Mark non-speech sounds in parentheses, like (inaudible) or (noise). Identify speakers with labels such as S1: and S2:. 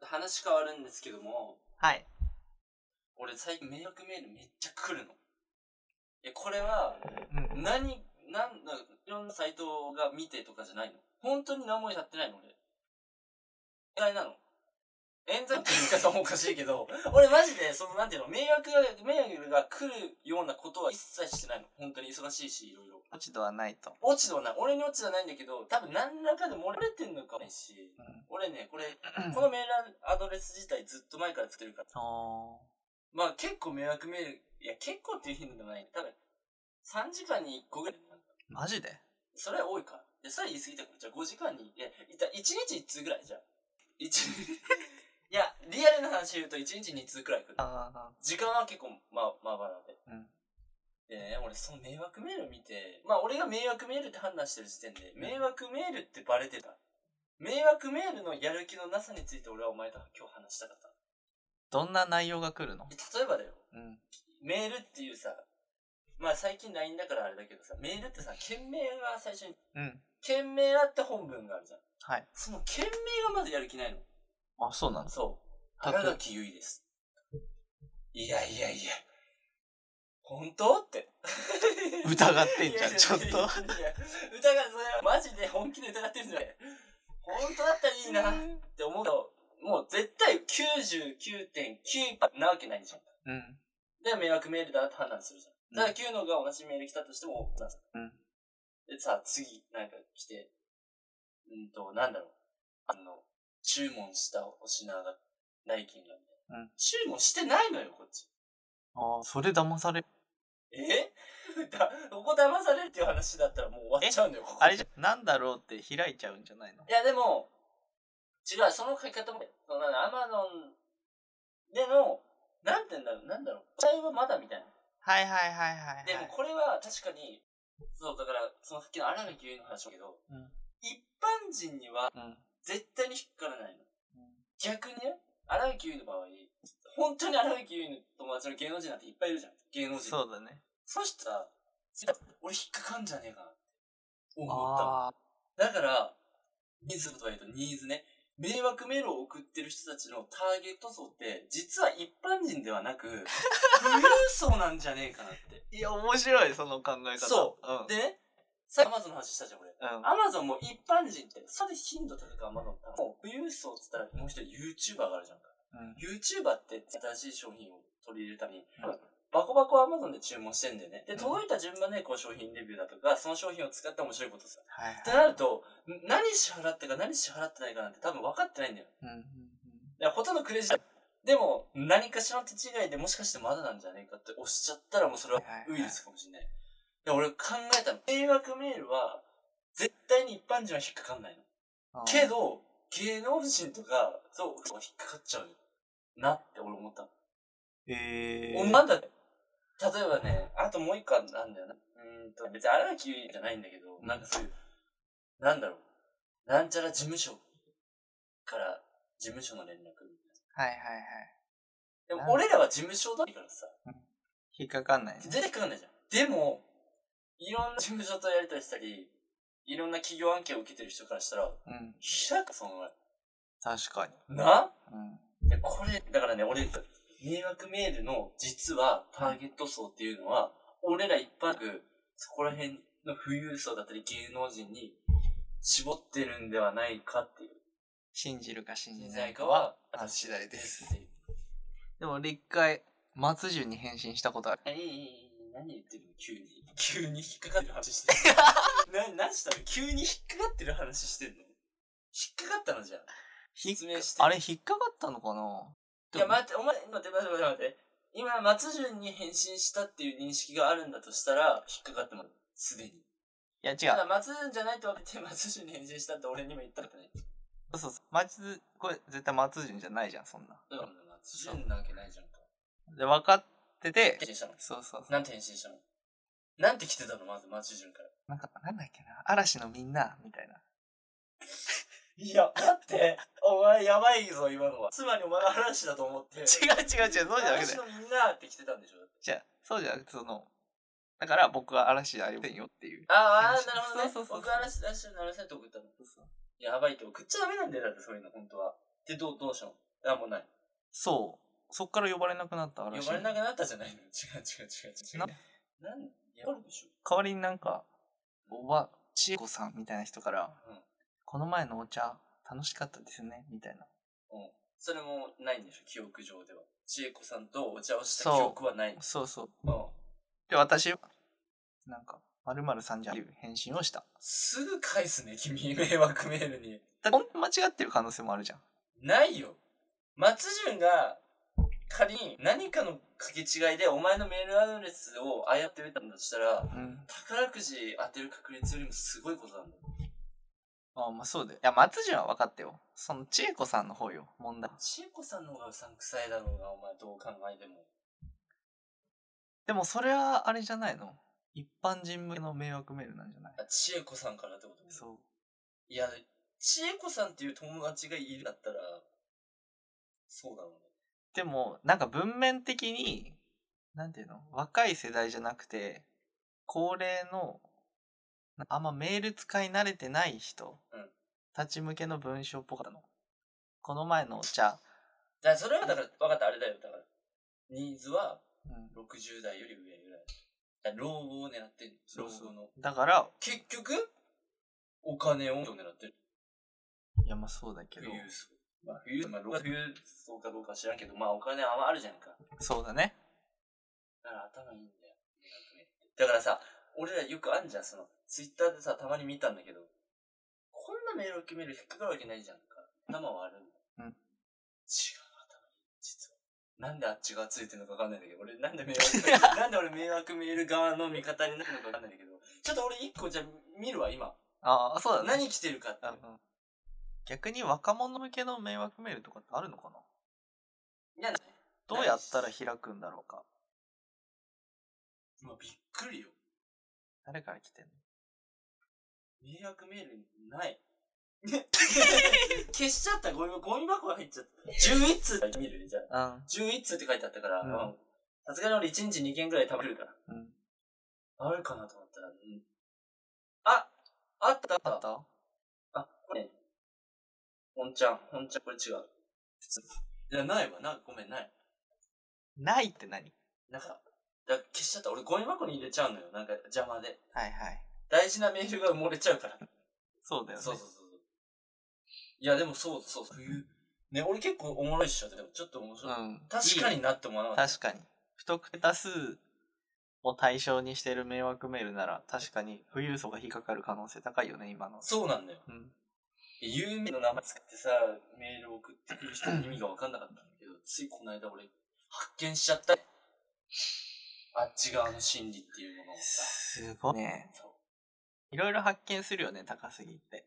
S1: 話変わるんですけども、
S2: はい。
S1: 俺最近迷惑メールめっちゃ来るの。え、これは、
S2: うん。
S1: 何、なん、なんいろんなサイトが見てとかじゃないの本当に何もやってないの俺。冤罪なの冤罪って言い方もおかしいけど、 (laughs) 俺マジで、その、なんていうの、迷惑が、迷惑が来るようなことは一切してないの。本当に忙しいし、いろいろ。
S2: 落ち度はないと。
S1: 落ち度はない。俺に落ち度はないんだけど、多分何らかで漏れてんのかもないし、
S2: うん
S1: 俺ね、これ、このメールアドレス自体ずっと前から作ってるから、
S2: お
S1: まあ結構迷惑メール、いや結構っていう頻度でもない。多分、3時間に1個ぐらい。
S2: ー。マジで
S1: それは多いか。いや、それは言い過ぎたから。じゃあ5時間に、いや、いた1日1通ぐらいじゃん。一 (laughs) いや、リアルな話言うと1日2通くらい来る。
S2: ああ、
S1: 時間は結構、まあ、まあまあなんで。
S2: うん
S1: でね、俺その迷惑メール見て、まあ俺が迷惑メールって判断してる時点で、迷惑メールってバレてた。迷惑メールのやる気のなさについて俺はお前と今日話したかった。
S2: どんな内容が来るの
S1: で例えばだよ、
S2: うん。
S1: メールっていうさ、まあ最近 LINE だからあれだけどさ、メールってさ、件名が最初に、
S2: うん。
S1: 件名あって本文があるじゃん。
S2: はい。
S1: その件名がまずやる気ないの。
S2: あ、そうなんです。
S1: そう。
S2: た
S1: 原垣結衣です。いやいやいや。本当って。
S2: 疑ってんじ
S1: い
S2: ゃん
S1: やいや
S2: ちょっと
S1: いやいや疑う、それはマジで本気で疑ってるんじゃない本当だったらいいなって思うけど、もう絶対99.9%なわけないじゃん。
S2: うん。
S1: で、迷惑メールだって判断するじゃん。
S2: うん
S1: ただ、9のが同じメール来たとしても、なんすか
S2: うん
S1: で、さ、次、なんか来て、うんと、なんだろう。あの、注文したお品が、代金が、
S2: うん
S1: 注文してないのよ、こっち。
S2: ああ、それ騙される。
S1: え (laughs) だ、ここ騙されるっていう話だったらもう終わっちゃうんだよ、ここ
S2: あれじゃ、なんだろうって開いちゃうんじゃないの
S1: いや、でも、違う、その書き方も、そのアマゾンでの、なんて言うんだろう、なんだろう、お題はまだみたいな。
S2: はいはいはいはい、はい。
S1: でもこれは確かに、そう、だから、そのさっきの荒垣結衣の話だけど、
S2: うん
S1: 一般人には
S2: うん。
S1: 絶対に引っかからないの。
S2: うん
S1: 逆にね、荒垣結衣の場合、本当に荒垣結衣の友達の芸能人なんていっぱいいるじゃん。芸能人。
S2: そうだね。
S1: そしたら、俺引っかかんじゃねえかなって思ったもん
S2: ああ。
S1: だから、ニーズとは言うとニーズね。迷惑メールを送ってる人たちのターゲット層って、実は一般人では
S2: (laughs)
S1: なく、富裕層なんじゃねえかなって。
S2: いや、面白い、その考え方。。
S1: そう
S2: うん。
S1: でね、さっきアマゾンの話したじゃん、俺。
S2: うん、
S1: アマゾンも一般人って、それ頻度高くアマゾンって。もう富裕層っつったらもう一人 YouTuber があるじゃんか。
S2: うん。
S1: YouTuber って新しい商品を取り入れるために
S2: うん、
S1: バコバコアマゾンで注文してんだよね。で、
S2: うん
S1: 届いた順番でこう商品レビューだとか、その商品を使って面白いことさ。
S2: はいはい
S1: ってなると、ん何支払ったか何支払ってないかなんて多分分かってないんだよ。
S2: うんうんうん。
S1: だからほとんどクレジット。でも、何かしらの手違いでもしかしてまだなんじゃねえかって押しちゃったらもうそれはウイルスかもしれない。で俺考えたの。迷惑メールは、絶対に一般人は引っかかんないの。
S2: あー
S1: けど、芸能人とか、そう、引っかかっちゃうよ。なって俺思ったの。
S2: ええ
S1: おなんだ例えばね、あともう一個あんだよな。うーんと、別に荒垣結衣じゃないんだけど、なんかそういう、なんだろう。なんちゃら事務所から、事務所の連絡。
S2: はいはいはい。
S1: でも俺らは事務所だからさ、
S2: 引っかかんないね。
S1: 出てくるんないじゃん。でも、いろんな事務所とやりたりしたり、いろんな企業案件を受けてる人からしたら、
S2: うん。
S1: 開く、その前。
S2: 確かに。
S1: な
S2: うん。
S1: いや、これ、だからね、俺、迷惑メールの実はターゲット層っていうのは、俺ら一般く、そこら辺の富裕層だったり芸能人に絞ってるんではないかっていう。
S2: 信じるか信
S1: 人
S2: じな
S1: 材
S2: い
S1: 化
S2: か
S1: は
S2: は、、私次第です。
S1: っていう。
S2: でも俺一回、松潤に返信したことある。
S1: 何何言ってるの急に。 (laughs) 急に引っかかってる話して (laughs) る。な、何したの急に引っかかってる話してるの引っかかったのじゃん。
S2: ひっ
S1: 説明して
S2: あれ引っかかったのかない
S1: や、待って、お前、待って、待って、待って、待って。今、松潤に返信したっていう認識があるんだとしたら、引っかかってます。すでに。
S2: いや違
S1: た
S2: う。
S1: だ、松潤じゃないと分かって、松潤に返信したって俺にも言ったことない。
S2: そうそうそう。松、これ絶対松潤じゃないじゃん、そんな。
S1: うん、松潤なわけないじゃんか。
S2: で、分かってて
S1: 返、信したの
S2: そうそうそう。
S1: なんて返信したのなんて来てたのまず、松潤から。
S2: なんか、なんだっけな。嵐のみんな、みたいな。
S1: いや、待って、お前やばいぞ、今のは。つまりお前嵐だと思って。
S2: 違う違う違う、そうじゃなく
S1: 嵐
S2: て。
S1: のみんなって来てたんでしょ
S2: じゃあそうじゃなくて、その、だから僕は嵐じゃありませんよっていう。
S1: あ
S2: ー
S1: あ
S2: あーなるほどね
S1: そうそうそう
S2: 僕嵐
S1: 嵐のなるせって送ったの。やばいって送っちゃダメなんだよ、だってそういうの、本当は。で、どう、どうしたのあ、もうない。
S2: そう。そっから呼ばれなくなった嵐。
S1: 呼ばれなくなったじゃないの。違う違う違う違う。
S2: (laughs) な
S1: なん、やるでし
S2: 代わりになんか、おば、ちえこさんみたいな人から、
S1: ょ。うん。
S2: この前のお茶、楽しかったですね、みたいな。
S1: それもないんでしょ、記憶上では。千恵子さんとお茶をした記憶はない。
S2: そうそう。
S1: うん。
S2: で、私は、なんか、まるさんじゃんっていう返信をした。
S1: すぐ返すね、君、迷惑メールに。
S2: だほんと間違ってる可能性もあるじゃん。
S1: ないよ。松潤が仮に何かの掛け違いでお前のメールアドレスをああやって打ったんだとしたら、
S2: うん。
S1: 宝くじ当てる確率よりもすごいことなんだよ。
S2: あまあそうだよ。いや、松潤は分かったよ。その、ちえこさんの方よ、問題。
S1: 千恵子さんの方がうさんくさいだろうが、お前どう考えても。
S2: でも、それは、あれじゃないの一般人向けの迷惑メールなんじゃない
S1: あ、千恵子さんからってこと
S2: そう。
S1: いや、千恵子さんっていう友達がいるんだったら、そうだろうね。
S2: でも、なんか文面的に、なんていうの若い世代じゃなくて、高齢の、なあんまメール使い慣れてない人
S1: うん
S2: たち向けの文章っぽかったの。この前のお茶、
S1: だからそれはだから、分かった、あれだよ。だから、ニーズは
S2: うん、
S1: 60代より上ぐらい。だから老後を狙ってんの。
S2: そうそう
S1: 老後の。
S2: だから、
S1: 結局、お金を狙ってる。
S2: いやまあそうだけど
S1: 富、裕層。まあ、富裕、まあ、老後は富裕層かどうか知らんけど、まあ、お金はあんまあるじゃんか。
S2: そうだね。
S1: だから頭いいんだよ。だからさ、俺らよくあんじゃん、その、ツイッターでさ、たまに見たんだけど、こんなメールを決める引っかかるわけないじゃんか。頭はあるんだ。
S2: うん
S1: 違う、頭いい、実は。なんであっち側ついてるのかわかんないんだけど、俺なんで迷惑、 (laughs) なんで俺迷惑メール側の味方になるのかわかんないんだけど、ちょっと俺一個じゃあ見るわ、今。
S2: ああ、そうだね。
S1: 何来てるかって
S2: う。ん逆に若者向けの迷惑メールとかってあるのかない
S1: や、
S2: どうやったら開くんだろうか
S1: うわびっくりよ。
S2: 誰から来てんの
S1: 迷惑メールない。 (laughs) 消しちゃった、ゴミゴミ箱が入っちゃった。11通見るじゃあ。
S2: うん。
S1: 11通って書いてあったから、
S2: うん
S1: うんさすがに俺1日2件ぐらい食べるから。
S2: うん。
S1: あるかなと思ったら、うんあ、あったあった。
S2: あ
S1: あ
S2: った
S1: これ、ほんちゃん、ほんちゃん、これ違う。普通いや、ないわ、な、ごめん、ない。
S2: ないって何
S1: なんか、だ消しちゃった。俺ゴミ箱に入れちゃうのよ、なんか邪魔で。
S2: はいはい。
S1: 大事なメールが埋もれちゃうから。
S2: そうだよね。
S1: そうそうそうそう。いや、でもそうそうそう。冬ね、俺結構おもろいっしょ、でもちょっと面白い。
S2: うん。
S1: 確か
S2: いい
S1: になって思わなかった。
S2: 確かに。不特定多数を対象にしてる迷惑メールなら、確かに富裕層が引っかかる可能性高いよね、今の。
S1: そうなんだよ。
S2: うん。
S1: 有名の名前使ってさ、メール送ってくる人の意味が分かんなかったんだけど、ついこの間俺、発見しちゃった。あっち側の心理っていうものをさ。
S2: すごいね。
S1: そう
S2: いろいろ発見するよね、高すぎって。